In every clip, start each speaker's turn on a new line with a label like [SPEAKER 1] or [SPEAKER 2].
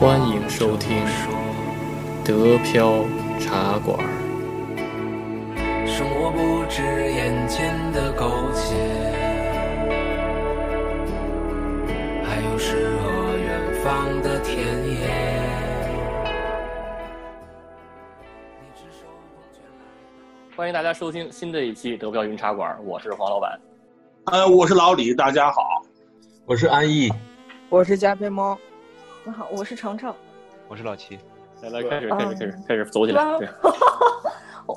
[SPEAKER 1] 欢迎收听德飘茶馆。
[SPEAKER 2] 生活不止眼前的苟且，还有诗和远方的田野。
[SPEAKER 1] 欢迎大家收听新的一期德飘云茶馆，我是黄老板。
[SPEAKER 3] 呃，我是老李，大家好。
[SPEAKER 4] 我是安逸，
[SPEAKER 5] 我是加菲猫，
[SPEAKER 6] 你好，我是程程。
[SPEAKER 7] 我是老齐，
[SPEAKER 1] 来来，开始开
[SPEAKER 6] 嗯
[SPEAKER 1] 始开始开始走起来。
[SPEAKER 6] 哇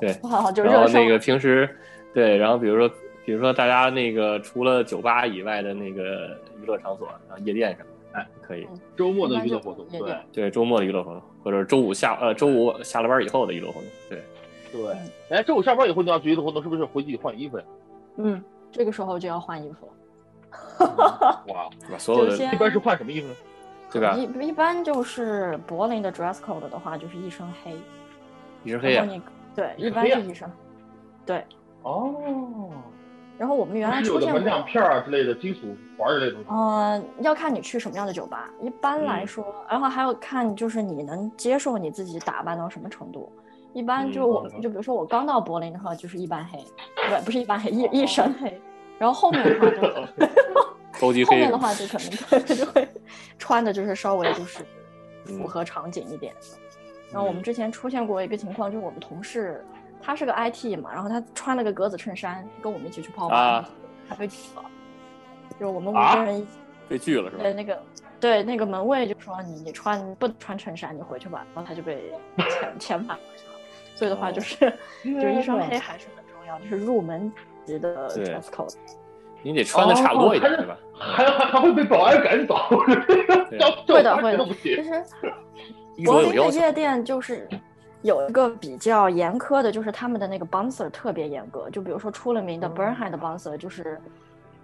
[SPEAKER 1] 对，对
[SPEAKER 6] 我哦好，就是
[SPEAKER 1] 然
[SPEAKER 6] 热
[SPEAKER 1] 后
[SPEAKER 6] 身。
[SPEAKER 1] 那个平时，对，然后比如说比如说大家那个除了酒吧以外的那个娱乐场所，然后夜店什么的，哎，可以。
[SPEAKER 6] 嗯
[SPEAKER 3] 周末
[SPEAKER 6] 的
[SPEAKER 3] 的
[SPEAKER 6] 娱
[SPEAKER 3] 娱
[SPEAKER 6] 乐
[SPEAKER 3] 乐
[SPEAKER 6] 活
[SPEAKER 3] 活
[SPEAKER 6] 动
[SPEAKER 3] 动，
[SPEAKER 6] 对
[SPEAKER 3] 对
[SPEAKER 1] 对，周末的娱乐活动，或者周五下呃周五下了班以后的娱乐活动，对。
[SPEAKER 3] 对。哎，周五下班以后你要去娱乐活动，是不是回去换衣服呀？
[SPEAKER 6] 嗯，这个时候就要换衣服了。
[SPEAKER 3] 哇，
[SPEAKER 1] 把所有
[SPEAKER 6] 就
[SPEAKER 1] 的
[SPEAKER 6] 先
[SPEAKER 3] 一般是换什么衣服呢？
[SPEAKER 1] 对吧？
[SPEAKER 6] 一一般就是柏林的 dress code 的话，就是一身黑。
[SPEAKER 1] 一身黑呀
[SPEAKER 6] 然后，你对，
[SPEAKER 3] 一身
[SPEAKER 6] 一般
[SPEAKER 3] 黑
[SPEAKER 6] 是
[SPEAKER 3] 呀
[SPEAKER 6] 一身。
[SPEAKER 3] 哦，
[SPEAKER 6] 然后我们原来
[SPEAKER 3] 是
[SPEAKER 6] 出
[SPEAKER 3] 有的
[SPEAKER 6] 现
[SPEAKER 3] 门亮
[SPEAKER 6] 过。
[SPEAKER 3] 片啊之类的金属环儿之类的东西。
[SPEAKER 6] 嗯、要看你去什么样的酒吧。一般
[SPEAKER 1] 嗯
[SPEAKER 6] 来说，然后还有看就是你能接受你自己打扮到什么程度。一般就
[SPEAKER 1] 嗯
[SPEAKER 6] 我、
[SPEAKER 3] 好的
[SPEAKER 6] 就比如说我刚到柏林的话，就是一般黑，不不是一般黑，
[SPEAKER 1] 哦
[SPEAKER 6] 一一身黑。然后后面的话就可能
[SPEAKER 1] 高级
[SPEAKER 6] 后
[SPEAKER 1] 黑
[SPEAKER 6] 面的，话就可能 就会穿的就是稍微就是符合场景一点。然后我们之前出现过一个情况，就是我们同事他是个 IT 嘛，然后他穿了个格子衬衫，跟我们一起去泡吧，
[SPEAKER 1] 啊
[SPEAKER 6] 他被拒了。就是我们五
[SPEAKER 3] 啊
[SPEAKER 6] 个人一起
[SPEAKER 1] 被拒了是吧
[SPEAKER 6] 对？那个对那个门卫就说你你穿不穿衬衫，你回去吧。然后他就被遣遣返回去了。所以的话就是、 就是一身黑还是很重要，就是入门级的
[SPEAKER 1] 对
[SPEAKER 6] dress code。
[SPEAKER 1] 你得穿的差不多 一点
[SPEAKER 3] 哦
[SPEAKER 1] 对吧？
[SPEAKER 3] 还还还会被保安赶走，
[SPEAKER 6] 会的会的
[SPEAKER 3] 不
[SPEAKER 6] 其
[SPEAKER 3] 行。
[SPEAKER 6] 实
[SPEAKER 1] 衣着
[SPEAKER 6] 柏
[SPEAKER 1] 有
[SPEAKER 6] 林
[SPEAKER 1] 要
[SPEAKER 6] 的
[SPEAKER 1] 求，
[SPEAKER 6] 夜店就是有一个比较严苛的，就是他们的那个 bouncer 特别严格。就比如说出了
[SPEAKER 1] 哦
[SPEAKER 6] 名的 Bernheim 的 bouncer，就是，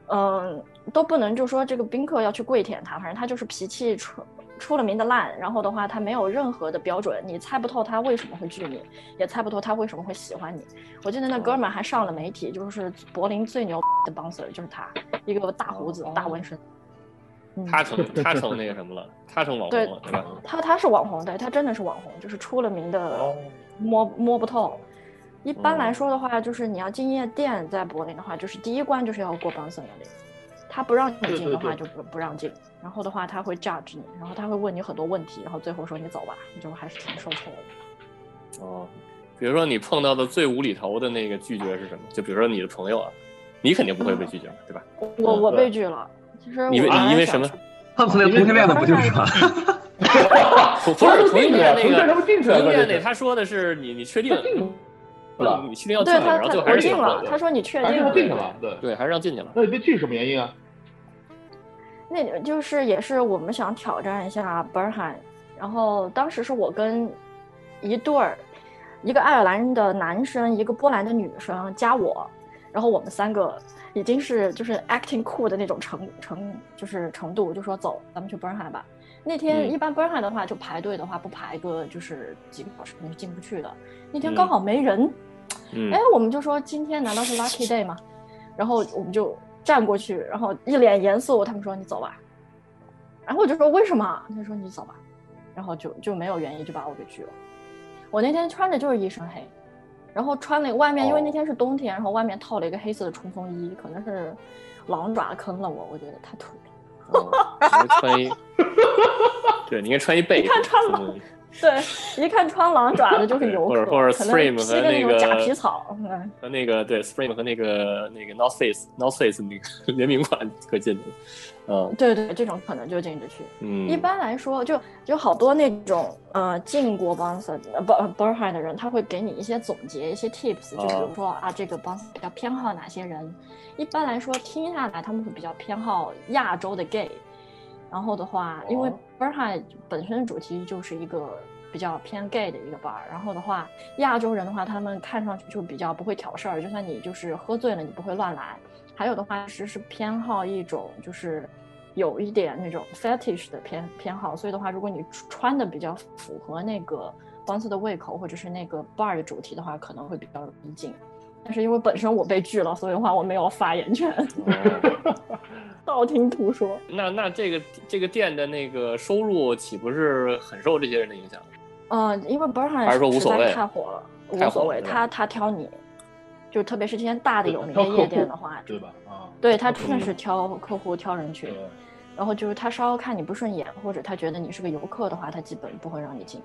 [SPEAKER 6] 嗯，都不能就说这个宾客要去跪舔他，反正他就是脾气出出了名的烂。然后的话，他没有任何的标准，你猜不透他为什么会拒你，也猜不透他为什么会喜欢你。我记得那
[SPEAKER 1] 哦
[SPEAKER 6] 哥们儿还上了媒体，就是柏林最牛的 bouncer 就是他，一个大胡
[SPEAKER 1] 哦
[SPEAKER 6] 子、大纹身。嗯
[SPEAKER 1] 他成他成那个什么了，他成网红了对吧？
[SPEAKER 6] 他他是网红，对他真的是网红，就是出了名
[SPEAKER 3] 哦
[SPEAKER 6] 的摸摸不透。一般
[SPEAKER 3] 嗯
[SPEAKER 6] 来说的话，就是你要进夜店，在柏林的话，就是第一关就是要过 bouncer 的那个，他不让你进的话
[SPEAKER 3] 对对
[SPEAKER 6] 就
[SPEAKER 3] 对
[SPEAKER 6] 不不让进，然后的话他会 judge 你，然后他会问你很多问题，然后最后说你走吧，你就还是挺受挫的。
[SPEAKER 1] 哦，比如说你碰到的最无厘头的那个拒绝是什么？就比如说你的朋友啊，你肯定不会被拒绝，对吧？
[SPEAKER 6] 我
[SPEAKER 1] 嗯
[SPEAKER 6] 我
[SPEAKER 3] 对
[SPEAKER 6] 被拒了，其实我
[SPEAKER 1] 你为
[SPEAKER 6] 本来
[SPEAKER 1] 你因为
[SPEAKER 6] 想
[SPEAKER 1] 什么
[SPEAKER 6] 去？
[SPEAKER 4] 上次那个同性恋 的不就是吗？
[SPEAKER 1] 不不是
[SPEAKER 3] 不是
[SPEAKER 1] 同性恋那
[SPEAKER 3] 同性恋
[SPEAKER 1] 个，
[SPEAKER 3] 他们
[SPEAKER 1] 同
[SPEAKER 3] 进去了
[SPEAKER 1] 性恋
[SPEAKER 3] 这
[SPEAKER 1] 那
[SPEAKER 3] 是
[SPEAKER 1] 他说的是你你确定
[SPEAKER 3] 了
[SPEAKER 1] 你确定要进
[SPEAKER 6] 对
[SPEAKER 1] 了，
[SPEAKER 6] 他
[SPEAKER 1] 然后最后
[SPEAKER 6] 他
[SPEAKER 1] 还
[SPEAKER 6] 我
[SPEAKER 1] 是
[SPEAKER 6] 进
[SPEAKER 1] 让
[SPEAKER 6] 了，
[SPEAKER 1] 进
[SPEAKER 6] 他说你确
[SPEAKER 3] 还
[SPEAKER 6] 定
[SPEAKER 3] 是要
[SPEAKER 6] 吗？
[SPEAKER 3] 进去了，对。
[SPEAKER 1] 对，还是让进去了。
[SPEAKER 3] 那你被拒什么原因啊？
[SPEAKER 6] 那就是也是我们想挑战一下 Bernheim，然后当时是我跟一对儿，一个爱尔兰的男生，一个波兰的女生加我，然后我们三个已经是就是 acting cool 的那种程程就是程度，就说走，咱们去 Bernheim 吧。那天
[SPEAKER 1] 嗯
[SPEAKER 6] 一般 Bernheim 的话，就排队的话不排个就是几个小时你是进不去的。那天
[SPEAKER 1] 嗯
[SPEAKER 6] 刚好没人，
[SPEAKER 1] 嗯
[SPEAKER 6] 哎，，我们就说今天难道是 lucky day 吗？然后我们就站过去，然后一脸严肃，他们说你走吧。然后我就说为什么？啊他就说你走吧。然后就就没有原因就把我给拒了。我那天穿的就是一身黑，然后穿了一个外面，
[SPEAKER 1] 哦
[SPEAKER 6] 因为那天是冬天，然后外面套了一个黑色的冲锋衣，可能是狼爪坑了我，我觉得太土了。
[SPEAKER 1] 哦你应该穿一，对，你应该穿一背，
[SPEAKER 6] 你看穿了
[SPEAKER 1] 嗯
[SPEAKER 6] 对，一看穿狼爪的 就是游
[SPEAKER 1] 或者
[SPEAKER 6] 客，
[SPEAKER 1] 或者
[SPEAKER 6] 可能披
[SPEAKER 1] Spring 和
[SPEAKER 6] 个那
[SPEAKER 1] 那个
[SPEAKER 6] 种假皮草。嗯，
[SPEAKER 1] 和那个对 Spring 和那个那个 North Face North Face 那个联名款可进去了，嗯
[SPEAKER 6] 对对，这种可能就进得去。
[SPEAKER 1] 嗯，
[SPEAKER 6] 一般来说，就就好多那种呃进过 bouncer 呃不 b u r h a 的人，他会给你一些总结、一些 tips，就比如说啊，这个 bouncer 比较偏好哪些人。一般来说，听下来他们会比较偏好亚洲的 gay。然后的话，因为
[SPEAKER 3] 哦
[SPEAKER 6] b u r h a 本身的主题就是一个比较偏 gay 的一个 bar，然后的话，亚洲人的话，他们看上去就比较不会挑事儿，就算你就是喝醉了，你不会乱来。还有的话，其实是偏好一种就是有一点那种 fetish 的偏偏好，所以的话，如果你穿的比较符合那个 bouncer 的胃口，或者是那个 bar 的主题的话，可能会比较容易进。但是因为本身我被拒了，所以的话我没有发言权。
[SPEAKER 1] 哦
[SPEAKER 6] 到 道听途说。
[SPEAKER 1] 那那这个这个店的那个收入岂不是很受这些人的影响？
[SPEAKER 6] 嗯，因为 Bernhard
[SPEAKER 1] 还是说无
[SPEAKER 6] 实
[SPEAKER 1] 所谓
[SPEAKER 6] 在太火了，无
[SPEAKER 1] 太火
[SPEAKER 6] 所
[SPEAKER 1] 了
[SPEAKER 6] 谓，
[SPEAKER 1] 对吧
[SPEAKER 6] 他他挑你，就特别是这些大的有名的
[SPEAKER 3] 挑
[SPEAKER 6] 夜
[SPEAKER 3] 客
[SPEAKER 6] 店的
[SPEAKER 3] 户
[SPEAKER 6] 话，
[SPEAKER 3] 对吧？啊，
[SPEAKER 6] 对他
[SPEAKER 3] 挑客
[SPEAKER 6] 真的
[SPEAKER 3] 户
[SPEAKER 6] 是挑客户、挑人群，
[SPEAKER 3] 对
[SPEAKER 6] 然后就是他稍微看你不顺眼，或者他觉得你是个游客的话，他基本不会让你进。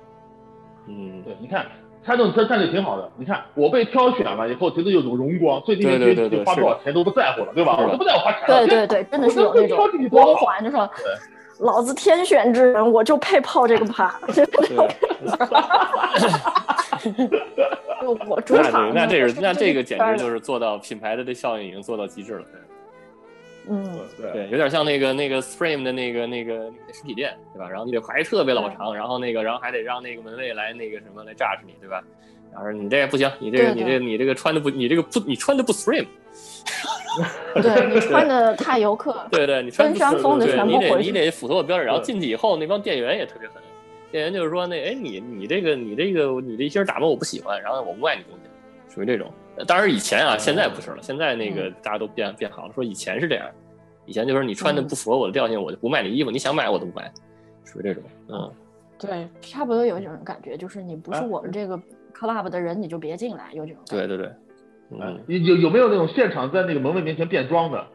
[SPEAKER 1] 嗯，
[SPEAKER 3] 对，你看他这种战战略挺好的。你看我被挑选了以后，觉得有种荣光，所以那
[SPEAKER 1] 对
[SPEAKER 3] 些
[SPEAKER 1] 对
[SPEAKER 3] 决
[SPEAKER 1] 对对
[SPEAKER 3] 定花多少钱都不在乎了，对吧？
[SPEAKER 1] 是的
[SPEAKER 3] 我都不在乎花钱
[SPEAKER 6] 对
[SPEAKER 3] 了。
[SPEAKER 6] 对对，真的
[SPEAKER 3] 我
[SPEAKER 6] 是有
[SPEAKER 3] 都
[SPEAKER 6] 那
[SPEAKER 3] 被
[SPEAKER 6] 种
[SPEAKER 3] 挑进去多
[SPEAKER 6] 光
[SPEAKER 3] 好
[SPEAKER 6] 环，就说老子天选之人，我就配泡这个 趴，就
[SPEAKER 1] 对。
[SPEAKER 6] 就我主
[SPEAKER 1] 那
[SPEAKER 6] 场
[SPEAKER 1] 这那这是那这个简直就是是做到品牌的这效应已经做到极致了。
[SPEAKER 6] 嗯，
[SPEAKER 3] 对
[SPEAKER 1] 对，有点像那个那个 Spring 的那个那个那个实体店，对吧？然后你得排特别老长，然后那个然后还得让那个门卫来那个什么来榨着你，对吧？然后说你这不行，你这个
[SPEAKER 6] 对
[SPEAKER 1] 你
[SPEAKER 6] 对
[SPEAKER 1] 这你这个穿的不你这个不你穿的不 Spring，
[SPEAKER 6] 对你穿的太游客，
[SPEAKER 1] 对对，你穿
[SPEAKER 6] 跟山
[SPEAKER 3] 峰的
[SPEAKER 1] 对
[SPEAKER 3] 全部
[SPEAKER 1] 你得
[SPEAKER 6] 回去
[SPEAKER 1] 你得符合我标准。然后
[SPEAKER 3] 对
[SPEAKER 1] 进去以后，那帮店员也特别狠，店员就是说那哎你你这个你这个你这一身打扮我不喜欢，然后我不卖你东西，属于这种。呃当然以前啊，现在不是了，现在那
[SPEAKER 6] 嗯
[SPEAKER 1] 个大家都变变好了，说以前是这样，以前就是你穿
[SPEAKER 6] 嗯
[SPEAKER 1] 的不符合我的调性，我就不卖你衣服，你想买我都不买，属于这种。嗯，
[SPEAKER 6] 对，差不多有一种感觉，就是你不是
[SPEAKER 3] 哎
[SPEAKER 6] 我们这个 club 的人，你就别进来，有这种感觉。
[SPEAKER 1] 对对对，
[SPEAKER 3] 哎
[SPEAKER 1] 嗯，
[SPEAKER 3] 有有有没有那种现场在那个门卫面前变装的，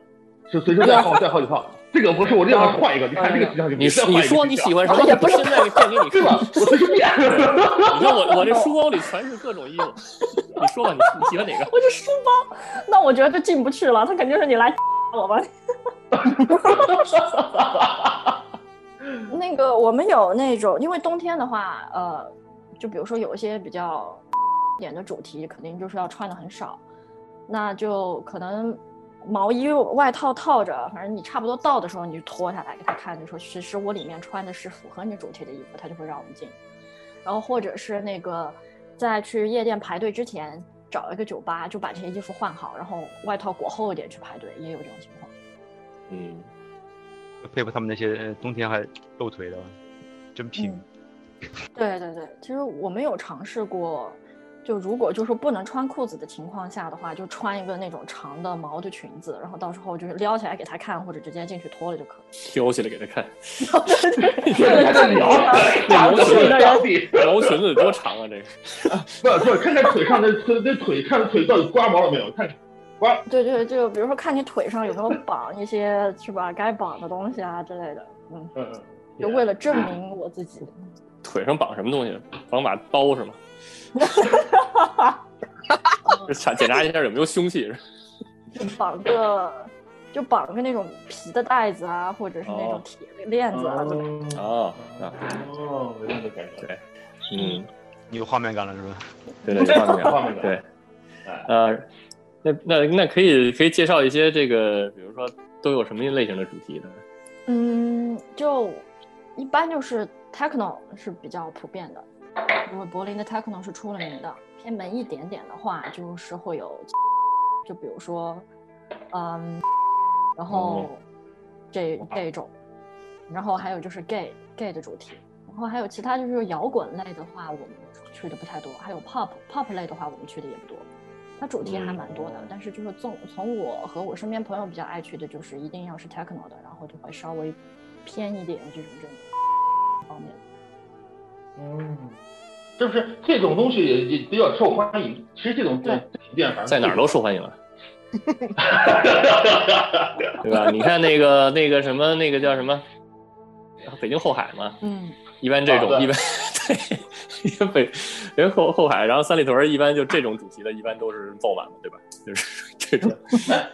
[SPEAKER 3] 是随
[SPEAKER 6] 哎
[SPEAKER 3] 身带好带好几套？这个不是我这个换一个，你看这个形象就
[SPEAKER 1] 你
[SPEAKER 3] 再
[SPEAKER 1] 说
[SPEAKER 3] 换一
[SPEAKER 1] 你
[SPEAKER 3] 个
[SPEAKER 1] 说你
[SPEAKER 3] 形象
[SPEAKER 1] 喜欢什么，
[SPEAKER 6] 也不是
[SPEAKER 1] 现在变给你
[SPEAKER 3] 对吧
[SPEAKER 1] 看。？
[SPEAKER 3] 我随时变。
[SPEAKER 1] 你看我我这书包里全是各种衣服，你说吧，你你喜欢哪个？
[SPEAKER 6] 我这书包，那我觉得进不去了，他肯定是你来 我吧。那个我们有那种，因为冬天的话，呃，就比如说有一些比较点的主题，肯定就是要穿的很少，那就可能毛衣外套套着，反正你差不多到的时候，你就脱下来给他看，就说其实我里面穿的是符合你主题的衣服，他就会让我们进。然后或者是那个在去夜店排队之前找一个酒吧，就把这些衣服换好，然后外套裹厚一点去排队，也有这种情况。
[SPEAKER 1] 嗯。
[SPEAKER 5] 佩服他们那些呃冬天还露腿的，真拼。
[SPEAKER 6] 嗯对对对，其实我没有尝试过，就如果就说不能穿裤子的情况下的话，就穿一个那种长的毛的裙子，然后到时候就是撩起来给他看，或者直接进去脱了就可以。
[SPEAKER 1] 挑起来给他 看，
[SPEAKER 3] 还在聊，
[SPEAKER 1] 那
[SPEAKER 3] 我
[SPEAKER 1] 毛
[SPEAKER 3] 是
[SPEAKER 1] 裙
[SPEAKER 3] 个
[SPEAKER 1] 子
[SPEAKER 3] 当地，
[SPEAKER 1] 毛裙子得多长啊？这个
[SPEAKER 3] 不是不是，看看腿上的腿那腿，看看腿到底刮毛了没有？看看刮
[SPEAKER 6] 对对，就比如说看你腿上有没有绑一些是吧该绑的东西啊之类的，嗯，
[SPEAKER 3] 嗯，
[SPEAKER 6] 就为了证明我自己。
[SPEAKER 1] 腿上绑什么东西？绑把刀 是吗？就查检查一下有没有凶器是吧？
[SPEAKER 6] 就绑个就绑个那种皮的带子啊，或者是那
[SPEAKER 1] 哦
[SPEAKER 6] 种铁的链子啊。这种
[SPEAKER 3] 哦
[SPEAKER 1] 哦，啊，
[SPEAKER 3] 哦，有那种感觉，
[SPEAKER 1] 嗯，
[SPEAKER 5] 你有画面感了是吧？
[SPEAKER 1] 对对，画面
[SPEAKER 3] 画
[SPEAKER 1] 感，
[SPEAKER 3] 面感，
[SPEAKER 1] 对，
[SPEAKER 3] 哎，
[SPEAKER 1] 呃，那那那可以可以介绍一些这个，比如说都有什么类型的主题的？
[SPEAKER 6] 嗯，就一般就是 techno 是比较普遍的，因为柏林的 techno 是出了名的。偏门一点点的话，就是会有，就比如说，嗯，然后这这种，然后还有就是 gay gay 的主题，然后还有其他就是摇滚类的话，我们去的不太多，还有 pop pop 类的话，我们去的也不多。它主题还蛮多的，但是就是从从我和我身边朋友比较爱去的，就是一定要是 techno 的，然后就会稍微偏一点这种这种方面。
[SPEAKER 3] 嗯，是不是这种东西也也比较受欢迎？其实这种
[SPEAKER 6] 对
[SPEAKER 3] 店店反正
[SPEAKER 1] 在哪儿都受欢迎啊，对吧？你看那个那个什么那个叫什么，北京后海嘛，
[SPEAKER 6] 嗯，
[SPEAKER 1] 一般这种、
[SPEAKER 3] 啊对
[SPEAKER 1] 一般 对，因为北因为后后海，然后三里屯儿一般就这种主题的，一般都是爆满的，对吧？就是这种，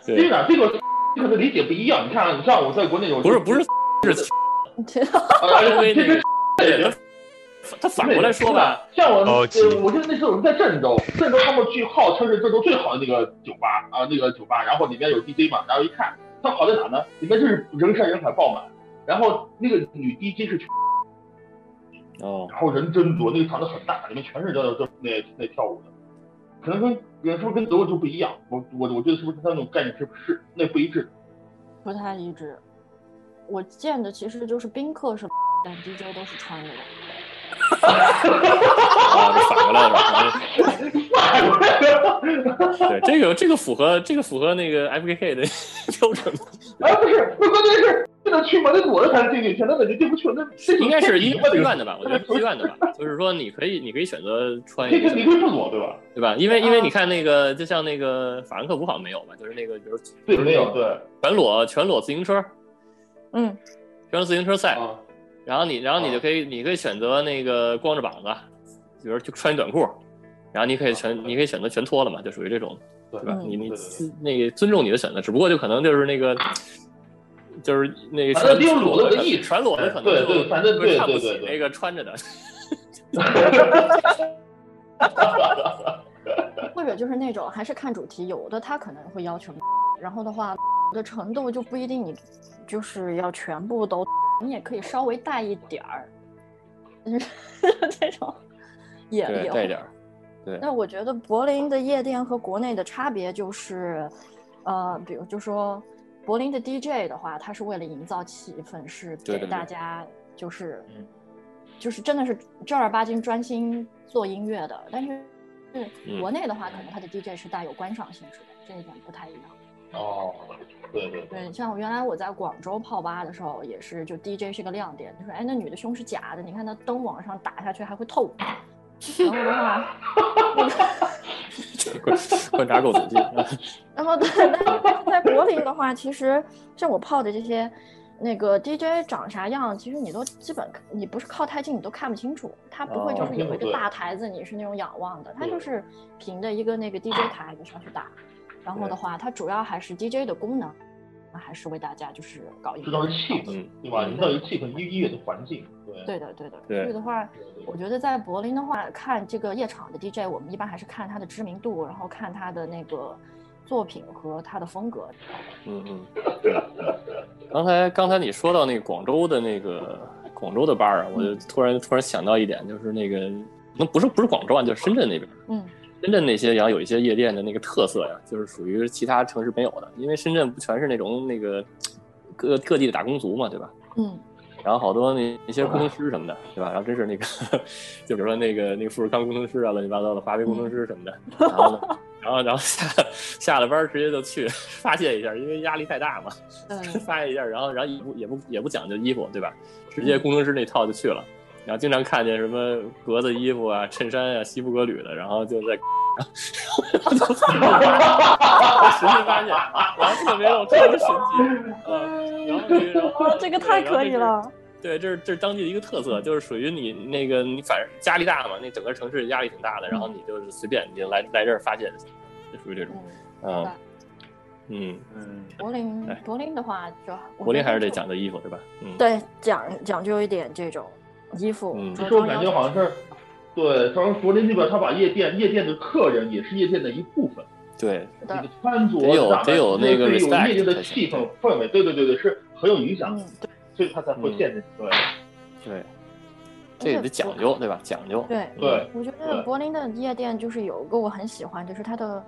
[SPEAKER 3] 对
[SPEAKER 1] 对，
[SPEAKER 3] 呀，这个这个和理解不一样。你看，你像我在国内有
[SPEAKER 1] 不是不是，
[SPEAKER 3] 啊，
[SPEAKER 1] 微
[SPEAKER 3] 这
[SPEAKER 1] 那个
[SPEAKER 3] 这 这也行。
[SPEAKER 1] 他反过来说吧，，
[SPEAKER 3] 像我，
[SPEAKER 5] 高
[SPEAKER 3] 呃
[SPEAKER 5] 级，
[SPEAKER 3] 我记得那时候我们在郑州，郑州他们去号称是郑州最好的那个酒吧啊，那个酒吧，然后里面有 DJ 嘛，然后一看，它好在哪呢？里面就是人山人海爆满，然后那个女 DJ 是，
[SPEAKER 1] 哦，
[SPEAKER 3] 然后人真多，那个场子很大，里面全是这这那那跳舞的，可能跟也是不是跟德国就不一样？我我我觉得是不是它那种概念是不是那不一致？
[SPEAKER 6] 不太一致。我见的其实就是宾客是，但 DJ 都是穿着的。
[SPEAKER 1] 啊，反过来了，
[SPEAKER 3] 反过来
[SPEAKER 1] 对，这个这个符合这个符合那个 FKK 的 标准，
[SPEAKER 3] 哎，不是，那关键是这个去门的躲着才是进去，前头感觉进不去，那这
[SPEAKER 1] 应该是
[SPEAKER 3] 一
[SPEAKER 1] 一
[SPEAKER 3] 个
[SPEAKER 1] 医院的吧？我觉得是医院的吧，就是说你可以你可以选择穿一
[SPEAKER 3] 这
[SPEAKER 1] 个
[SPEAKER 3] 个你可以不躲对吧？
[SPEAKER 1] 对吧？因为因为
[SPEAKER 6] 啊
[SPEAKER 1] 你看那个，就像那个法兰克福好像没有吧？就是那个，比如
[SPEAKER 3] 对，没有对
[SPEAKER 1] 全裸全裸自行车，
[SPEAKER 6] 嗯，
[SPEAKER 1] 全裸自行车赛，
[SPEAKER 3] 啊，
[SPEAKER 1] 然后你然后你
[SPEAKER 3] 啊
[SPEAKER 1] 就可以你可以选择那个光着膀子，比如就穿一短裤，然后你可以全你可以选择全脱了嘛，就属于这种，
[SPEAKER 3] 对
[SPEAKER 1] 对吧？
[SPEAKER 6] 嗯
[SPEAKER 1] 你你
[SPEAKER 3] 啊对
[SPEAKER 1] 那个尊重你的选择，只不过就可能就是那个。就是那个
[SPEAKER 3] 反正
[SPEAKER 1] 全
[SPEAKER 3] 得有裸
[SPEAKER 1] 裸
[SPEAKER 3] 的
[SPEAKER 1] 的
[SPEAKER 3] 意识
[SPEAKER 1] 全裸的可能
[SPEAKER 3] 对
[SPEAKER 1] 就
[SPEAKER 3] 对反正对
[SPEAKER 1] 看不
[SPEAKER 3] 对
[SPEAKER 1] 起
[SPEAKER 3] 对对
[SPEAKER 1] 那个穿着的，
[SPEAKER 6] 或者就是那种还是看主题，有的他可能会要求，然后的话的程度就不一定你就是要全部都，你也可以稍微带一点儿，就是 这种也
[SPEAKER 1] 对
[SPEAKER 6] 也
[SPEAKER 1] 带一
[SPEAKER 6] 会
[SPEAKER 1] 点儿，
[SPEAKER 6] 那我觉得柏林的夜店和国内的差别就是，呃，比如就说柏林的 DJ 的话，他是为了营造气氛，是
[SPEAKER 1] 对
[SPEAKER 6] 给
[SPEAKER 1] 对
[SPEAKER 6] 大
[SPEAKER 1] 对
[SPEAKER 6] 家就是
[SPEAKER 1] 嗯
[SPEAKER 6] 就是真的是正儿八经专心做音乐的。但是
[SPEAKER 1] 嗯
[SPEAKER 6] 国内的话，可能他的 DJ 是带有观赏性质的，这一点不太一样。
[SPEAKER 3] 哦，对对对，
[SPEAKER 1] 嗯
[SPEAKER 6] 对，像原来我在广州泡吧的时候，也是就 DJ 是个亮点，就说哎，那女的胸是假的，你看她灯往上打下去还会透。 然后的话。
[SPEAKER 1] 观观察狗仔进，
[SPEAKER 6] 然后在在在柏林的话，其实像我泡的这些，那个 DJ 长啥样，其实你都基本你不是靠太近你都看不清楚，它不会
[SPEAKER 1] 哦
[SPEAKER 6] 就是有一个
[SPEAKER 3] 对
[SPEAKER 6] 大台子，你是那种仰望的，它就是凭着一个那个 DJ 台往上去打。然后的
[SPEAKER 1] 对
[SPEAKER 6] 话，它主要还是 DJ 的功能，还是为大家就是搞音
[SPEAKER 3] 制造
[SPEAKER 6] 乐
[SPEAKER 3] 一。气氛
[SPEAKER 1] 嗯，
[SPEAKER 3] 对吧？营造一个气氛，音乐的环境，对
[SPEAKER 6] 对的，对的。
[SPEAKER 1] 对
[SPEAKER 6] 所以的话，
[SPEAKER 3] 对
[SPEAKER 6] 我觉得在柏林的话，看这个夜场的 DJ，我们一般还是看他的知名度，然后看他的那个作品和他的风格。
[SPEAKER 1] 嗯嗯，对。刚才刚才你说到那个广州的那个广州的 bar 啊，我就突然突然想到一点，就是那个那不是不是广州啊，就是深圳那边，
[SPEAKER 6] 嗯
[SPEAKER 1] 深圳那些然后有一些夜店的那个特色呀，就是属于其他城市没有的，因为深圳不全是那种那个各各地的打工族嘛，对吧？
[SPEAKER 6] 嗯。
[SPEAKER 1] 然后好多那那些工程师什么的，对吧？然后真是那个， 就比如说那个那个富士康工程师啊，乱七八糟的华为工程师什么的，然后呢，然后然后下下了班儿直接就去发泄一下，因为压力太大嘛，
[SPEAKER 6] 对
[SPEAKER 1] 发泄一下，然后然后也不也不也不讲究衣服，对吧？直
[SPEAKER 6] 嗯
[SPEAKER 1] 接工程师那套就去了，然后经常看见什么格子衣服啊、衬衫啊、西服革履的，然后 就在然后就发现，我寻思发现，然后特别让我特别神奇，嗯，然后那个然后
[SPEAKER 6] 啊，这个太可以。
[SPEAKER 1] 对然后那个
[SPEAKER 6] 了。
[SPEAKER 1] 对，这是这是当地的一个特色，就是属于你那个你反正压力大嘛，那整个城市压力挺大的，然后你就是随便你就来来这儿发泄，就属于这种，
[SPEAKER 6] 嗯，
[SPEAKER 1] 嗯嗯，
[SPEAKER 3] 嗯，
[SPEAKER 6] 柏林
[SPEAKER 1] 哎，
[SPEAKER 6] 柏林的话就我
[SPEAKER 1] 柏林
[SPEAKER 6] 觉
[SPEAKER 1] 还是
[SPEAKER 6] 就
[SPEAKER 1] 得讲究衣服对吧？嗯，
[SPEAKER 6] 对讲讲究一点这种衣服
[SPEAKER 1] 嗯
[SPEAKER 6] 着
[SPEAKER 3] 就
[SPEAKER 6] 装
[SPEAKER 3] 我感
[SPEAKER 6] 要
[SPEAKER 3] 觉
[SPEAKER 6] 求
[SPEAKER 3] 好像是，对，反正柏林那边他把夜店夜店的客人也是夜店的一部分，
[SPEAKER 1] 对
[SPEAKER 3] 你
[SPEAKER 6] 的
[SPEAKER 3] 的，穿着
[SPEAKER 1] 得有
[SPEAKER 3] 打扮
[SPEAKER 1] 得有那个
[SPEAKER 3] 对有
[SPEAKER 1] respect
[SPEAKER 3] 夜店的
[SPEAKER 1] 才行
[SPEAKER 3] 气氛氛围，对对对对，是很有影响
[SPEAKER 6] 嗯
[SPEAKER 3] 的，，
[SPEAKER 6] 对
[SPEAKER 3] 所以他才会
[SPEAKER 1] 嗯
[SPEAKER 3] 限制你，对
[SPEAKER 1] 对，这也得讲究对吧？讲究，
[SPEAKER 6] 对。
[SPEAKER 3] 对。
[SPEAKER 6] 我觉得
[SPEAKER 3] 对
[SPEAKER 6] 柏林的夜店就是有一个我很喜欢，就是它的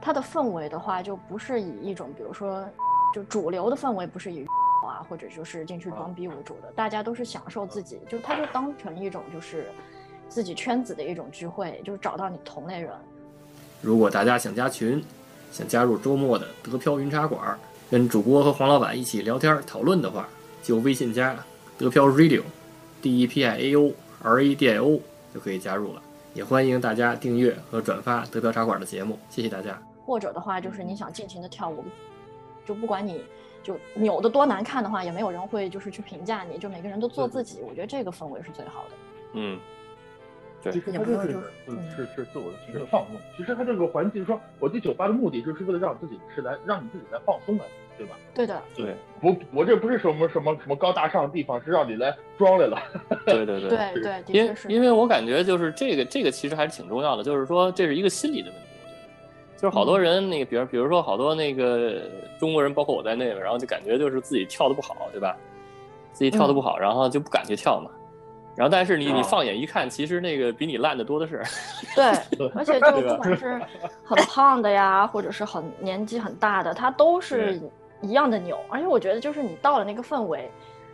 [SPEAKER 6] 它的氛围的话，就不是以一种比如说就主流的氛围，不是以 啊或者就是进去
[SPEAKER 1] 啊
[SPEAKER 6] 装逼为主的，大家都是享受自己，就它就当成一种就是自己圈子的一种聚会，就是找到你同类人。
[SPEAKER 1] 如果大家想加群，想加入周末的德飘云茶馆，跟主播和黄老板一起聊天讨论的话，就微信加德飘 radio，d e p i a o r a d i o 就可以加入了。也欢迎大家订阅和转发德飘茶馆的节目，谢谢大家。
[SPEAKER 6] 或者的话
[SPEAKER 1] 嗯
[SPEAKER 6] 就是你想尽情的跳舞，就不管你就扭的多难看的话，也没有人会就是去评价你，就每个人都做自己，我觉得这个氛围是最好的。
[SPEAKER 1] 嗯，
[SPEAKER 3] 其实
[SPEAKER 6] 也不
[SPEAKER 3] 他就
[SPEAKER 6] 用
[SPEAKER 3] 是
[SPEAKER 6] 就是
[SPEAKER 3] 嗯
[SPEAKER 6] 嗯
[SPEAKER 3] 是是自我的情绪放纵。其实他这个环境说，我进酒吧的目的就是为了让自己是来让你自己来放松来，对吧？
[SPEAKER 6] 对的，
[SPEAKER 1] 对，
[SPEAKER 3] 不，我这不是什么什么什么高大上的地方，是让你来装来了。
[SPEAKER 1] 对对对
[SPEAKER 6] 对对，的
[SPEAKER 1] 因
[SPEAKER 6] 确
[SPEAKER 1] 为
[SPEAKER 6] 是。
[SPEAKER 1] 因为我感觉就是这个这个其实还是挺重要的，就是说这是一个心理的问题，我觉得，就是好多
[SPEAKER 6] 嗯
[SPEAKER 1] 人那个，比如比如说好多那个中国人，包括我在内吧，然后就感觉就是自己跳的不好，对吧？自己跳
[SPEAKER 6] 嗯
[SPEAKER 1] 的不好，然后就不敢去跳嘛。然后但是你
[SPEAKER 3] 啊
[SPEAKER 6] 哦
[SPEAKER 1] 你放眼一看，其实那个比你烂的多的是，
[SPEAKER 6] 对，而且就
[SPEAKER 1] 对吧
[SPEAKER 6] 不管是很胖的呀，或者是很年纪很大的，他都是一样的扭。而且我觉得，就是你到了那个氛围，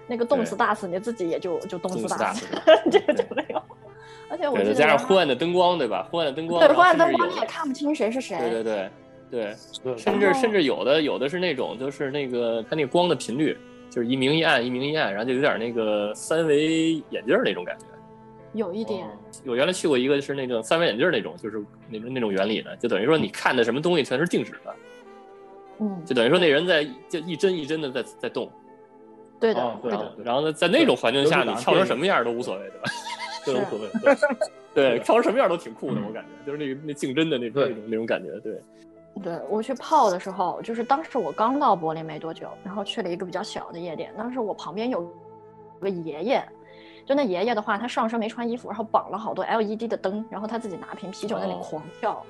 [SPEAKER 6] 那个动次
[SPEAKER 1] 对
[SPEAKER 6] 打次，你自己也就就动
[SPEAKER 1] 动
[SPEAKER 6] 次
[SPEAKER 1] 次
[SPEAKER 6] 打
[SPEAKER 1] 打
[SPEAKER 6] 次
[SPEAKER 1] 次，
[SPEAKER 6] 这个
[SPEAKER 1] 对
[SPEAKER 6] 就没有。而且我
[SPEAKER 1] 对再
[SPEAKER 6] 记得
[SPEAKER 1] 加上
[SPEAKER 6] 原来
[SPEAKER 1] 昏暗的灯光，对吧？昏暗的灯光，
[SPEAKER 6] 对，
[SPEAKER 1] 然后
[SPEAKER 6] 昏暗灯
[SPEAKER 1] 甚至
[SPEAKER 6] 光
[SPEAKER 1] 有
[SPEAKER 6] 你也看不清谁是谁。
[SPEAKER 1] 对对对对，
[SPEAKER 5] 对
[SPEAKER 1] 甚
[SPEAKER 6] 然
[SPEAKER 1] 至
[SPEAKER 6] 后
[SPEAKER 1] 甚至有的有的是那种就是那个它那个光的频率就是一明一暗一明一暗，然后就有点那个三维眼镜儿那种感觉。
[SPEAKER 6] 有一点，
[SPEAKER 1] 我原来去过一个是那种三维眼镜儿那种，就是那种那种原理的，就等于说你看的什么东西全是静止的，
[SPEAKER 6] 嗯，
[SPEAKER 1] 就等于说那人在就一帧一帧的在在动，
[SPEAKER 6] 对的，
[SPEAKER 3] 哦
[SPEAKER 6] 对
[SPEAKER 1] 然
[SPEAKER 3] 对
[SPEAKER 1] 后
[SPEAKER 6] 的，
[SPEAKER 1] 然后呢，在那种环境下
[SPEAKER 3] 对
[SPEAKER 1] 你跳成什么样都无所谓，对吧？
[SPEAKER 3] 对，
[SPEAKER 6] 是
[SPEAKER 3] 无所谓。对
[SPEAKER 1] 对，
[SPEAKER 3] 对
[SPEAKER 1] 跳成什么样都挺酷的，
[SPEAKER 6] 嗯
[SPEAKER 1] 我感觉就是那个那竞争的那种
[SPEAKER 3] 对
[SPEAKER 1] 那种那种感觉，对，
[SPEAKER 6] 对我去泡的时候，就是当时我刚到柏林没多久，然后去了一个比较小的夜店，当时我旁边有个爷爷。就那爷爷的话，他上身没穿衣服，然后绑了好多 LED 的灯，然后他自己拿瓶啤酒在那里
[SPEAKER 1] 哦
[SPEAKER 6] 狂跳。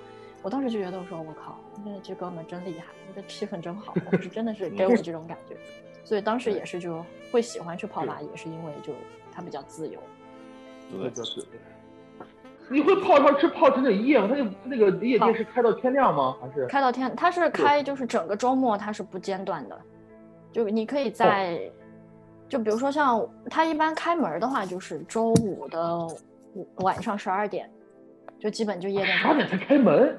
[SPEAKER 6] 我当时就觉得，我说我靠，这这哥们儿真厉害，这气氛真好，我是真的是给我这种感觉。所以当时也是就会喜欢去泡吧，也是因为就他比较自由。
[SPEAKER 3] 对对对。你会泡上吃泡成那夜吗？他那那个夜店是开到天亮吗？还是
[SPEAKER 6] 开到天，它是开就是整个周末它是不间断的，就你可
[SPEAKER 3] 哦
[SPEAKER 6] 以在，就比如说像它一般开门的话就是周五的午晚上十二点，就基本就夜店
[SPEAKER 3] 八点才开门？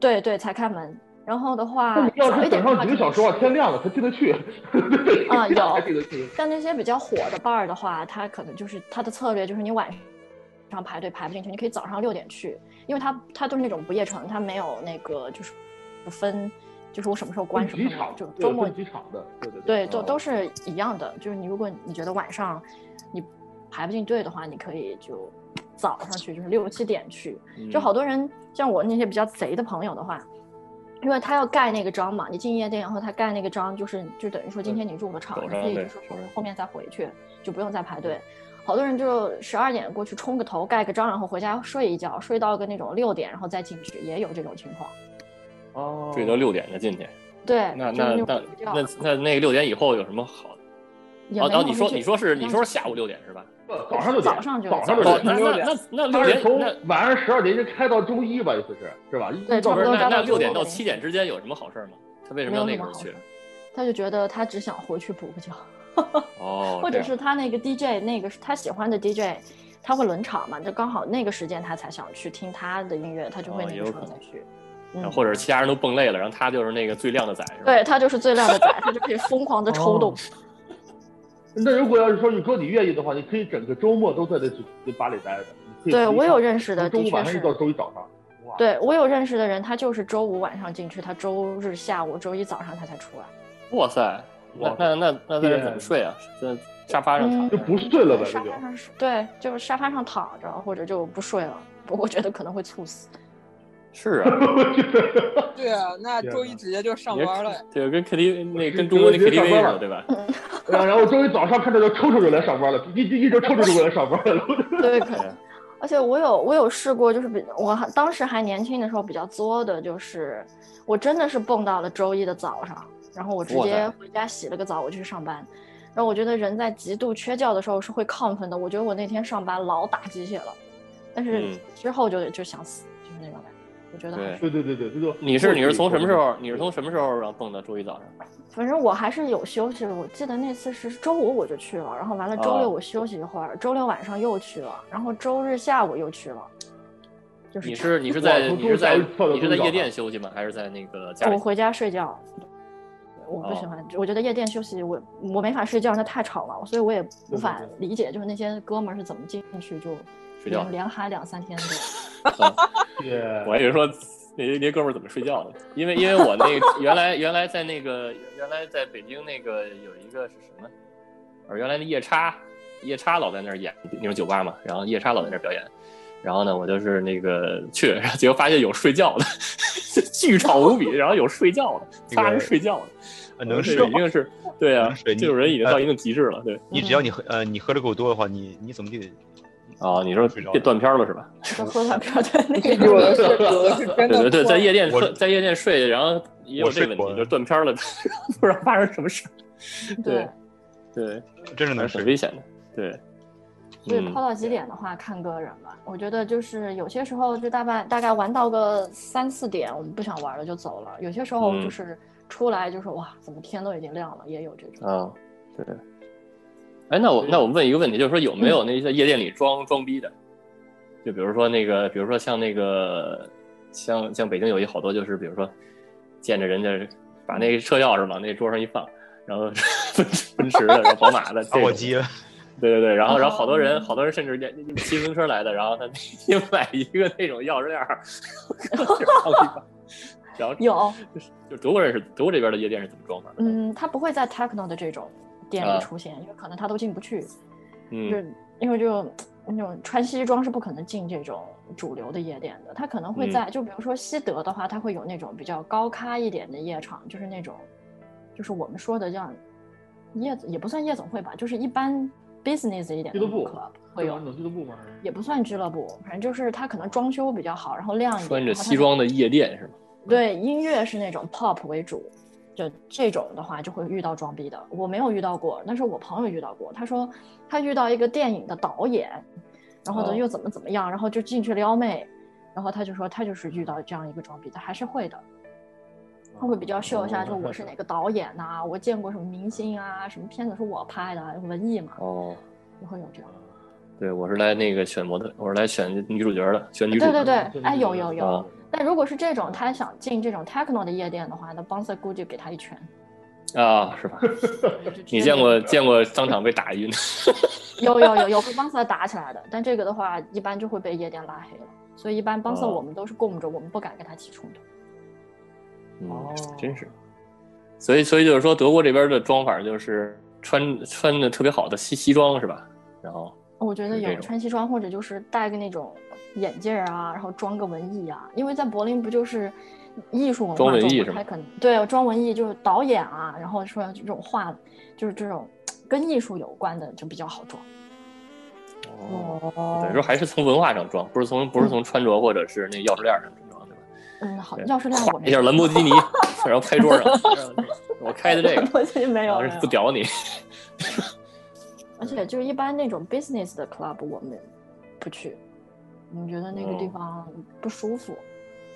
[SPEAKER 6] 对对才开门，然后的
[SPEAKER 3] 那
[SPEAKER 6] 话
[SPEAKER 3] 你
[SPEAKER 6] 啊
[SPEAKER 3] 要
[SPEAKER 6] 早一
[SPEAKER 3] 是
[SPEAKER 6] 点
[SPEAKER 3] 等
[SPEAKER 6] 的话
[SPEAKER 3] 上几个
[SPEAKER 6] 就
[SPEAKER 3] 小时，啊，天亮了才进得去。
[SPEAKER 6] 啊有
[SPEAKER 3] 才进得去。
[SPEAKER 6] 像那些比较火的 bar 的话，它可能就是它的策略就是你晚上排队排不进去，你可以早上六点去，因为它它就是那种不夜城，它没有那个就是分，就是我什么时候关什么
[SPEAKER 3] 机
[SPEAKER 6] 时候
[SPEAKER 3] 场
[SPEAKER 6] 就周末
[SPEAKER 3] 机场的，对对啊
[SPEAKER 6] 对，都
[SPEAKER 1] 哦
[SPEAKER 6] 都是一样的。就是你如果你觉得晚上你排不进队的话，你可以就早上去，就是六七点去。
[SPEAKER 1] 嗯
[SPEAKER 6] 就好多人像我那些比较贼的朋友的话，因为他要盖那个章嘛，你进夜店，然后他盖那个章，就是就等于说今天你入了场，
[SPEAKER 1] 走
[SPEAKER 6] 你
[SPEAKER 1] 上
[SPEAKER 6] 可以
[SPEAKER 1] 对
[SPEAKER 6] 就是
[SPEAKER 1] 走上
[SPEAKER 6] 后面再回去，就不用再排队。好多人就十二点过去冲个头，盖个章，然后回家睡一觉，睡到个那种六点，然后再进去，也有这种情况。
[SPEAKER 3] 哦，
[SPEAKER 1] 睡到六点才进去，
[SPEAKER 6] 对，
[SPEAKER 1] 那
[SPEAKER 6] 就是
[SPEAKER 1] 那
[SPEAKER 6] 种
[SPEAKER 1] 那
[SPEAKER 6] 比较
[SPEAKER 1] 那那那个六点以后有什么好的？
[SPEAKER 6] 也
[SPEAKER 1] 哦
[SPEAKER 6] 没
[SPEAKER 1] 哦，
[SPEAKER 6] 有
[SPEAKER 1] 你
[SPEAKER 6] 就
[SPEAKER 1] 说
[SPEAKER 6] 是
[SPEAKER 1] 你说是
[SPEAKER 6] 一
[SPEAKER 1] 你
[SPEAKER 6] 样
[SPEAKER 1] 说
[SPEAKER 6] 的
[SPEAKER 1] 是下午六点是吧？
[SPEAKER 3] 早上六点，
[SPEAKER 6] 早上就
[SPEAKER 3] 早上
[SPEAKER 6] 对
[SPEAKER 3] 六
[SPEAKER 1] 哦，
[SPEAKER 3] 点，
[SPEAKER 1] 那那那那
[SPEAKER 3] 他
[SPEAKER 1] 六
[SPEAKER 3] 是
[SPEAKER 1] 点
[SPEAKER 3] 从
[SPEAKER 1] 那
[SPEAKER 3] 晚上十二点一直开到周一吧，意思是是吧？
[SPEAKER 6] 对差
[SPEAKER 1] 不
[SPEAKER 6] 不
[SPEAKER 1] 是
[SPEAKER 6] 多
[SPEAKER 1] 那
[SPEAKER 6] 干
[SPEAKER 1] 那
[SPEAKER 6] 到
[SPEAKER 1] 六点
[SPEAKER 6] 中午
[SPEAKER 1] 到
[SPEAKER 6] 了
[SPEAKER 1] 七点之间有什么好事儿吗？他为什么
[SPEAKER 6] 没
[SPEAKER 1] 要
[SPEAKER 6] 有
[SPEAKER 1] 那
[SPEAKER 6] 什
[SPEAKER 1] 个
[SPEAKER 6] 么
[SPEAKER 1] 时候
[SPEAKER 6] 好
[SPEAKER 1] 去
[SPEAKER 6] 事？。他就觉得他只想回去补个觉，
[SPEAKER 1] 哦，
[SPEAKER 6] 或
[SPEAKER 1] 这
[SPEAKER 6] 者
[SPEAKER 1] 样
[SPEAKER 6] 是他那个 DJ 那个他喜欢的 DJ，他会轮场嘛，就刚好那个时间他才想去听他的音乐，他就会
[SPEAKER 1] 哦
[SPEAKER 6] 那
[SPEAKER 1] 也有
[SPEAKER 6] 个时
[SPEAKER 1] 可
[SPEAKER 6] 候
[SPEAKER 1] 能
[SPEAKER 6] 再去。
[SPEAKER 1] 然
[SPEAKER 6] 嗯
[SPEAKER 1] 后，或者是其他人都蹦累了，然后他就是那个最靓的仔，是吧？
[SPEAKER 6] 对他就是最靓的仔，他就可以疯狂的抽动
[SPEAKER 3] 哦。那如果要是说你说你愿意的话，你可以整个周末都在那酒吧里待着。你可以
[SPEAKER 6] 对
[SPEAKER 3] 从
[SPEAKER 6] 我有认识的，
[SPEAKER 3] 从
[SPEAKER 6] 的
[SPEAKER 3] 周五晚
[SPEAKER 6] 确
[SPEAKER 3] 上一
[SPEAKER 6] 是
[SPEAKER 3] 直。到周一早上。哇，
[SPEAKER 6] 对我有认识的人，他就是周五晚上进去，他周日下午、周一早上他才出来。
[SPEAKER 1] 哇塞，那
[SPEAKER 3] 哇
[SPEAKER 1] 那那那在这儿怎么
[SPEAKER 3] 天
[SPEAKER 1] 睡啊？在沙发上躺
[SPEAKER 6] 嗯
[SPEAKER 1] 着
[SPEAKER 3] 就不睡了呗，
[SPEAKER 6] 沙
[SPEAKER 3] 这就
[SPEAKER 6] 发上对，就是沙发上躺着，或者就不睡了。不过我觉得可能会猝死。
[SPEAKER 1] 是 啊，
[SPEAKER 7] 对啊，那周一直接就上班 了。
[SPEAKER 1] 对，跟 KTV 那
[SPEAKER 3] 就
[SPEAKER 1] 跟中国那
[SPEAKER 3] 直接
[SPEAKER 1] KTV
[SPEAKER 3] 上班
[SPEAKER 1] 似的，
[SPEAKER 3] 了
[SPEAKER 1] 对吧？
[SPEAKER 3] 然 后然后周一早上看到就抽抽就来上班了，一一一周抽抽就过来上班了。
[SPEAKER 6] 对，可能。而且我有我有试过，就是比我还当时还年轻的时候比较作的，就是我真的是蹦到了周一的早上，然后我直
[SPEAKER 1] 哇
[SPEAKER 6] 接
[SPEAKER 1] 塞
[SPEAKER 6] 回家洗了个澡，我就去上班。然后我觉得人在极度缺觉的时候是会亢奋的，我觉得我那天上班老打鸡血了，但是
[SPEAKER 1] 嗯
[SPEAKER 6] 之后就就想死，就是那种感觉。我觉得还
[SPEAKER 1] 对
[SPEAKER 6] 是，
[SPEAKER 3] 对对对对，这就
[SPEAKER 1] 你是你是从什么时候？你是从什么时候然后蹦到周一早上？
[SPEAKER 6] 反正我还是有休息的。我记得那次是周五我就去了，然后完了周
[SPEAKER 1] 哦
[SPEAKER 6] 六我休息一会儿，周六晚上又去了，然后周日下午又去了，就是
[SPEAKER 1] 你
[SPEAKER 6] 这样
[SPEAKER 1] 是你是
[SPEAKER 3] 我
[SPEAKER 1] 在
[SPEAKER 3] 从
[SPEAKER 1] 你是在
[SPEAKER 3] 中午跳到
[SPEAKER 1] 你是在
[SPEAKER 3] 中午
[SPEAKER 1] 夜店休息吗？还是在那个家
[SPEAKER 6] 我
[SPEAKER 1] 里？
[SPEAKER 6] 回家睡觉，我不喜
[SPEAKER 1] 哦
[SPEAKER 6] 欢，我觉得夜店休息我我没法睡觉，那太吵了，所以我也无
[SPEAKER 3] 对
[SPEAKER 6] 法
[SPEAKER 3] 对
[SPEAKER 6] 理解，就是那些哥们儿是怎么进去就
[SPEAKER 1] 睡觉
[SPEAKER 6] 连连嗨两三 天的。
[SPEAKER 3] 对
[SPEAKER 1] 我还以为说那些那些哥们儿怎么睡觉的，因为因为我那个原来原来在那个原来在北京那个有一个是什么，而原来那夜叉夜叉老在那儿演那种酒吧嘛，然后夜叉老在那儿表演，然后呢我就是那个去，然后结果发现有睡觉的，巨吵无比，然后有睡觉的，
[SPEAKER 5] 那个
[SPEAKER 1] 仨人睡觉的，
[SPEAKER 5] 呃能
[SPEAKER 1] 这
[SPEAKER 5] 睡
[SPEAKER 1] 已经是对啊
[SPEAKER 5] 能，睡
[SPEAKER 1] 这
[SPEAKER 5] 你
[SPEAKER 1] 种人已经到一定极致了，对
[SPEAKER 5] 你只要你喝呃你喝的够多的话，你你怎么地
[SPEAKER 1] 啊，你说
[SPEAKER 5] 睡着了
[SPEAKER 1] 别断片儿了是吧？
[SPEAKER 6] 就喝两瓶的那个，
[SPEAKER 7] 有的是，有的是真的
[SPEAKER 1] 对对对，
[SPEAKER 7] 困
[SPEAKER 1] 在夜店
[SPEAKER 5] 我
[SPEAKER 1] 睡，在夜店睡，然后也有
[SPEAKER 5] 我
[SPEAKER 1] 这
[SPEAKER 5] 睡
[SPEAKER 1] 个问
[SPEAKER 5] 过啊
[SPEAKER 1] 题，就是断片儿了， 不知道发生什么事儿。
[SPEAKER 6] 对，
[SPEAKER 1] 对，
[SPEAKER 5] 真是
[SPEAKER 1] 还
[SPEAKER 5] 能
[SPEAKER 1] 是
[SPEAKER 5] 睡
[SPEAKER 1] 很危？险的。对，
[SPEAKER 6] 所以
[SPEAKER 1] 嗯
[SPEAKER 6] 泡到几点的话看个人吧。我觉得就是有些时候就大概大概玩到个三四点，我们不想玩了就走了。有些时候
[SPEAKER 1] 嗯
[SPEAKER 6] 就是出来就是哇，怎么天都已经亮了，也有这种。
[SPEAKER 1] 啊，
[SPEAKER 5] 嗯
[SPEAKER 1] 对。哎，那我那我问一个问题，就是说有没有那些夜店里装装逼的？就比如说那个，比如说像那个，像像北京有一好多就是，比如说见着人家把那个车钥匙往那桌上一放，然后 奔奔驰的，然后宝 马的，
[SPEAKER 5] 打
[SPEAKER 1] 这
[SPEAKER 5] 火
[SPEAKER 1] 种
[SPEAKER 5] 机了，
[SPEAKER 1] 对对对，然后然后好多人
[SPEAKER 6] 哦
[SPEAKER 1] 好多人甚至连骑自行车来的，然后他也买一个那种钥匙链儿， 然后
[SPEAKER 6] 有，
[SPEAKER 1] 就德国人是德国这边的夜店是怎么装的？
[SPEAKER 6] 嗯，它不会在 techno 的这种店
[SPEAKER 1] 啊
[SPEAKER 6] 里出现，因为可能它都进不去，就
[SPEAKER 1] 嗯
[SPEAKER 6] 是因为就那种穿西装是不可能进这种主流的夜店的。它可能
[SPEAKER 3] 嗯
[SPEAKER 6] 会在，就比如说西德的话，它会有那种比较高咖一点的夜场，就是那种，就是我们说的这样夜也不算夜总会吧，就是一般 business 一点的
[SPEAKER 3] 俱乐部
[SPEAKER 6] club 会有
[SPEAKER 3] 那，种俱乐部吗？
[SPEAKER 6] 也不算俱乐部，反正就是它可能装修比较好，然后亮一点，
[SPEAKER 1] 穿着
[SPEAKER 6] 然后它
[SPEAKER 1] 西装的夜店是吗？
[SPEAKER 6] 对，音乐是那种 pop 为主，就这种的话就会遇到装逼的。我没有遇到过，但是我朋友遇到过。他说他遇到一个电影的导演，然后
[SPEAKER 1] 哦
[SPEAKER 6] 呢又怎么怎么样，然后就进去撩妹，然后他就说他就是遇到这样一个装逼的，还是会的。他会比较秀一下，就我 是哪个导演呐、我见过什么明星啊，什么片子是我拍的，文艺嘛，
[SPEAKER 1] 哦，
[SPEAKER 6] 就会有这样。
[SPEAKER 1] 对，我是来那个选模特，我是来选女主角的，选女主
[SPEAKER 6] 对
[SPEAKER 1] 角。
[SPEAKER 6] 对对，哎，有有有。
[SPEAKER 3] 哦
[SPEAKER 1] 啊
[SPEAKER 6] 但如果是这种他想进这种 techno 的夜店的话，那 bouncer 估计给他一拳。
[SPEAKER 1] 啊， 是吧？
[SPEAKER 6] 就直接
[SPEAKER 1] 你见
[SPEAKER 6] 给
[SPEAKER 1] 过见过当场被打晕的？
[SPEAKER 6] 有有有有会帮 Sir 打起来的，但这个的话一般就会被夜店拉黑了，所以一般帮 Sir
[SPEAKER 1] 哦
[SPEAKER 6] 我们都是供着，我们不敢跟他起冲突。
[SPEAKER 1] 嗯
[SPEAKER 3] 哦，
[SPEAKER 1] 真是。所以，所以就是说，德国这边的装法就是穿穿的特别好的西西装是吧？然后，
[SPEAKER 6] 我觉得
[SPEAKER 1] 是这
[SPEAKER 6] 有
[SPEAKER 1] 种
[SPEAKER 6] 穿西装或者就是戴个那种眼镜儿啊，然后装个文艺啊，因为在柏林不就是艺术文化
[SPEAKER 1] 装文
[SPEAKER 6] 中
[SPEAKER 1] 艺
[SPEAKER 6] 嘛
[SPEAKER 1] 是吗
[SPEAKER 6] 他可能对装文艺就是导演啊，然后说这种画就是这种跟艺术有关的就比较好装。
[SPEAKER 1] 哦，等于说还是从文化上装，不是从不是从穿着或者是那钥匙链上装，对吧？
[SPEAKER 6] 嗯，好，
[SPEAKER 1] 对
[SPEAKER 6] 要是那样我
[SPEAKER 1] 咵
[SPEAKER 6] 没
[SPEAKER 1] 一下兰博基尼， 然后拍桌 上，我开的这个，
[SPEAKER 6] 我就没有
[SPEAKER 1] 然
[SPEAKER 6] 没
[SPEAKER 1] 后
[SPEAKER 6] 有
[SPEAKER 1] 不屌你。
[SPEAKER 6] 而且就一般那种 business 的 club 我们不去，我们觉得那个地
[SPEAKER 1] 哦
[SPEAKER 6] 方不舒服，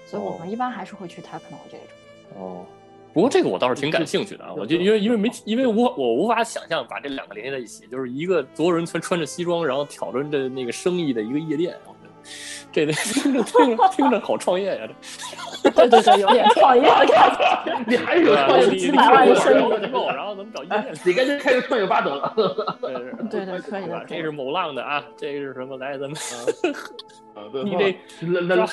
[SPEAKER 6] 所以我们一般还是会去 techno 这种。
[SPEAKER 1] 哦，不过这个我倒是挺感兴趣的啊，我就因为因为没因为无法我无法想象把这两个联系在一起，就是一个德国人穿穿着西装，然后挑战着那个生意的一个夜店，我觉得这得 听着听着听着好创业呀、 这
[SPEAKER 6] 对对对，有 点创业的感觉。
[SPEAKER 3] 你还是有 创业
[SPEAKER 1] 你
[SPEAKER 3] 的
[SPEAKER 1] 你
[SPEAKER 6] 几百万的生意
[SPEAKER 1] 之后，然后咱们找夜
[SPEAKER 3] 哎
[SPEAKER 1] 店，
[SPEAKER 3] 你该去开个创业巴德了。
[SPEAKER 1] 对
[SPEAKER 6] 对对，可以
[SPEAKER 1] 吧
[SPEAKER 6] 的，？
[SPEAKER 1] 这是某浪的啊，这个是什么？来，咱们
[SPEAKER 3] 你
[SPEAKER 1] 这
[SPEAKER 3] 啊 那那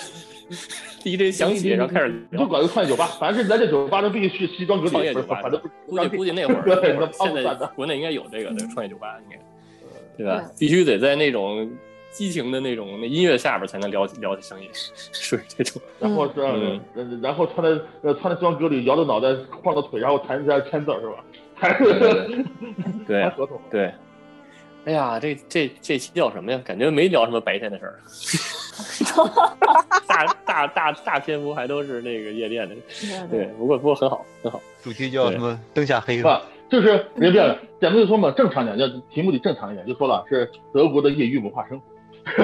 [SPEAKER 1] DJ 响起，然后开始
[SPEAKER 3] 你就
[SPEAKER 1] 聊。
[SPEAKER 3] 搞一个创业酒吧，反正咱这酒吧都必须去西装革
[SPEAKER 1] 创
[SPEAKER 3] 履，
[SPEAKER 1] 业
[SPEAKER 3] 不
[SPEAKER 1] 酒
[SPEAKER 3] 是
[SPEAKER 1] 吧
[SPEAKER 3] 反正不
[SPEAKER 1] 估计估计 那会儿，
[SPEAKER 3] 对
[SPEAKER 1] 那会儿
[SPEAKER 3] 那
[SPEAKER 1] 现
[SPEAKER 3] 胖
[SPEAKER 1] 在
[SPEAKER 3] 子嗯
[SPEAKER 1] 国内应该有这个对创业酒吧，应该对吧？
[SPEAKER 6] 对
[SPEAKER 1] 必须得在那种激情的那种那音乐下边才能聊起聊起生意，属于这 种。
[SPEAKER 3] 然后是
[SPEAKER 1] 嗯，
[SPEAKER 3] 然然后穿着呃穿着西装革履，摇着脑袋，晃着腿，然后弹一下签字儿是吧？谈
[SPEAKER 1] 对啊
[SPEAKER 3] 谈合同。
[SPEAKER 1] 对。哎呀，这这这期叫什么呀？感觉没聊什么白天的事儿，大大大大篇幅还都是那个夜店的。
[SPEAKER 6] 对
[SPEAKER 1] 对
[SPEAKER 6] 对，
[SPEAKER 1] 不过不过很好，很 好。
[SPEAKER 5] 主题叫什么？灯下黑
[SPEAKER 3] 是
[SPEAKER 5] 了，
[SPEAKER 3] 吧？就是别别，咱们就说嘛，正常点，就题目里正常一点，就说了是德国的业余文化生活，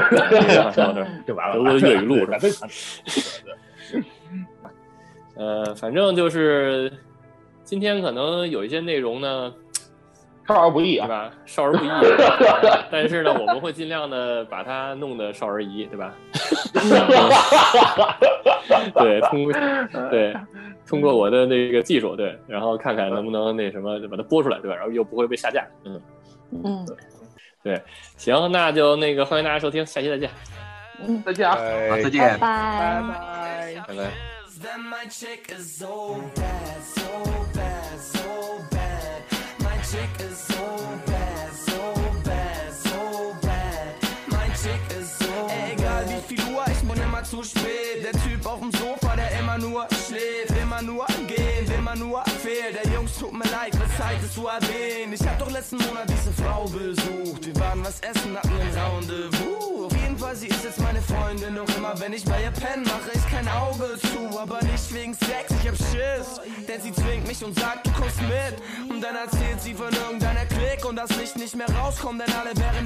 [SPEAKER 1] 对
[SPEAKER 3] 就完了。
[SPEAKER 1] 德国的粤语录是吧
[SPEAKER 3] 咱们谈
[SPEAKER 1] 呃，反正就是今天可能有一些内容呢，
[SPEAKER 3] 少儿不宜
[SPEAKER 1] 对
[SPEAKER 3] 啊，
[SPEAKER 1] 吧？少 儿不宜，但是呢，我们会尽量的把它弄得少儿宜，对 吧？对，通过对通过我的那个技术，对，然后看看能不能那什么把它播出来，对吧？然后又不会被下架。嗯，
[SPEAKER 6] 嗯
[SPEAKER 1] 行，那就那个欢迎大家收听，下期再见，
[SPEAKER 6] 嗯，
[SPEAKER 3] 再见啊。
[SPEAKER 4] 好
[SPEAKER 5] 哎
[SPEAKER 4] 再见
[SPEAKER 6] 拜。拜
[SPEAKER 7] 拜。拜。
[SPEAKER 1] 拜拜。
[SPEAKER 2] is that my chick is so bad, so bad, so bad. My chick is so bad, so bad, so bad. Mein Chick ist so
[SPEAKER 8] Egal wie viel Uhr, ich bin immer zu spät. Der Typ auf dem Sofa, der immer nur schläft, immer nur gehen, will immer nur fehlt. Der Jungs tut mir leid, was Zeit ist zu erwähnen. Ich hab doch letzten Monat diese Frau besucht. Wir waren was essen, hatten ein Rendezvous. Auf jeden Fall, sie ist jetzt meine Freundin. Doch immer wenn ich bei ihr penne, mache ich kein Auge zu. Aber nicht wegen Sex, ich hab Schiss. Denn sie zwingt mich und sagt, du kommst mit. Und dann erzählt sie von irgendeiner Klick und dass ich nicht mehr rauskomme, denn alle wären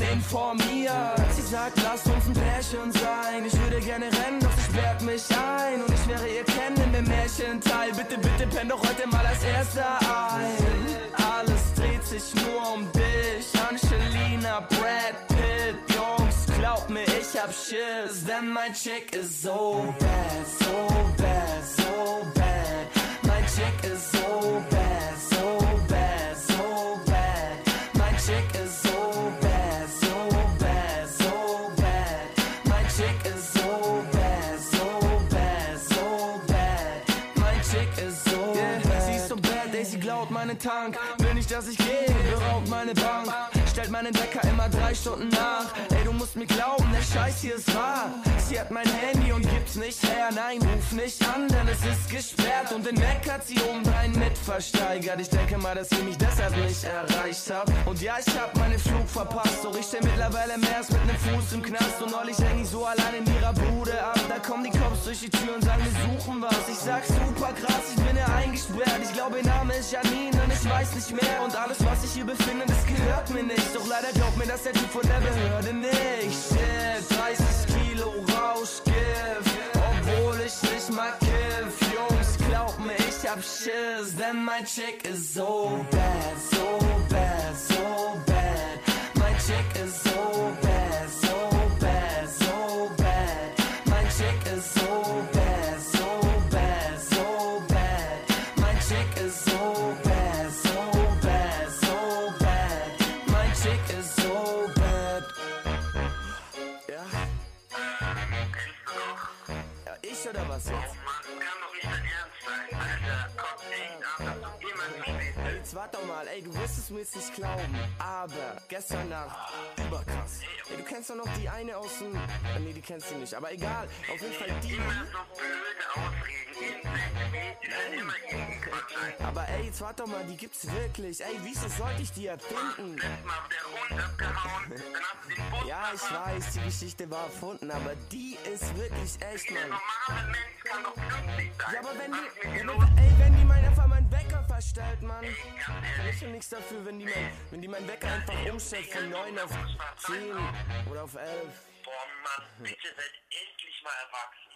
[SPEAKER 8] informiert. Sie sagt, lasst uns ein Pärchen sein. Ich würde gerne rennen, doch sie sperrt mich ein. Und ich wäre ihr kennen im Märchenteil. Bitte, bitte, penn doch heute mal als Erster ein. Alles dreht sich nur um dich. Angelina, Brad Pitt, Jungs, glaubt mir, ich ich hab Schiss,
[SPEAKER 2] Then my chick is so bad, so bad, so bad. My chick is so bad, so bad, so bad. My chick is so bad, so bad, so bad. My chick is so bad, so bad, so bad. My chick is so
[SPEAKER 8] Yeah,
[SPEAKER 2] bad.
[SPEAKER 8] sie ist so bad, Daisy klaut meinen Tank. Will nicht, dass ich gehe, beraubt meine Bank. Stellt meinen Wecker immer drei Stunden nach. Ey, du musst mir glauben, der Scheiß hier ist wahr. Sie hat mein Handy und gibt's nicht her. Nein, ruf nicht an, denn es ist gesperrt. Und den Mac hat sie obendrein mit versteigert. Ich denke mal, dass sie mich deshalb nicht erreicht hat. Und ja, ich hab meinen Flug verpasst. Doch ich steh mittlerweile mehr als mit nem Fuß im Knast. Und neulich häng ich so allein in ihrer Bude ab. Da kommen die Cops durch die Tür und sagen, wir suchen was. Ich sag super krass, ich bin ja eingesperrt. Ich glaube, ihr Name ist Janine und ich weiß nicht mehr. Und alles, was ich hier befinde, das gehört mir nicht. Doch leider glaubt mir, dass der Typ von der Behörde nicht. Shit, 30 Kilo Rauschgift. Obwohl ich nicht mal kiff. Jungs, glaubt mir, ich hab Schiss.
[SPEAKER 2] Then my chick is so bad, so bad, so bad. My chick is so bad, so bad, so bad. My chick is so bad, so bad, so bad. My chick is so bad, so bad, so bad. My chick is so bad.
[SPEAKER 8] Ja, ich oder was jetzt? Ey, jetzt warte doch mal, ey, du wirst es mir jetzt nicht glauben, aber gestern Nacht, überkrass. Ey, du kennst doch noch die eine aus dem, Ah, nee, die kennst du nicht, aber egal, auf jeden Fall die. Nein. Aber ey, jetzt warte doch mal, die gibt's wirklich. Ey, wieso sollte ich die erfinden? Ja, ich weiß, die Geschichte war erfunden, aber die ist wirklich echt, Mann. Ja, aber wenn die, wenn, die- ey, wenn die mein, einfach meinen Wecker verstellt, Mann. Ich hab nichts dafür, wenn die, mein, wenn die meinen Wecker einfach umstellt von 9 auf 10 oder auf 11.
[SPEAKER 9] Boah, Mann, bitte seid endlich mal erwachsen.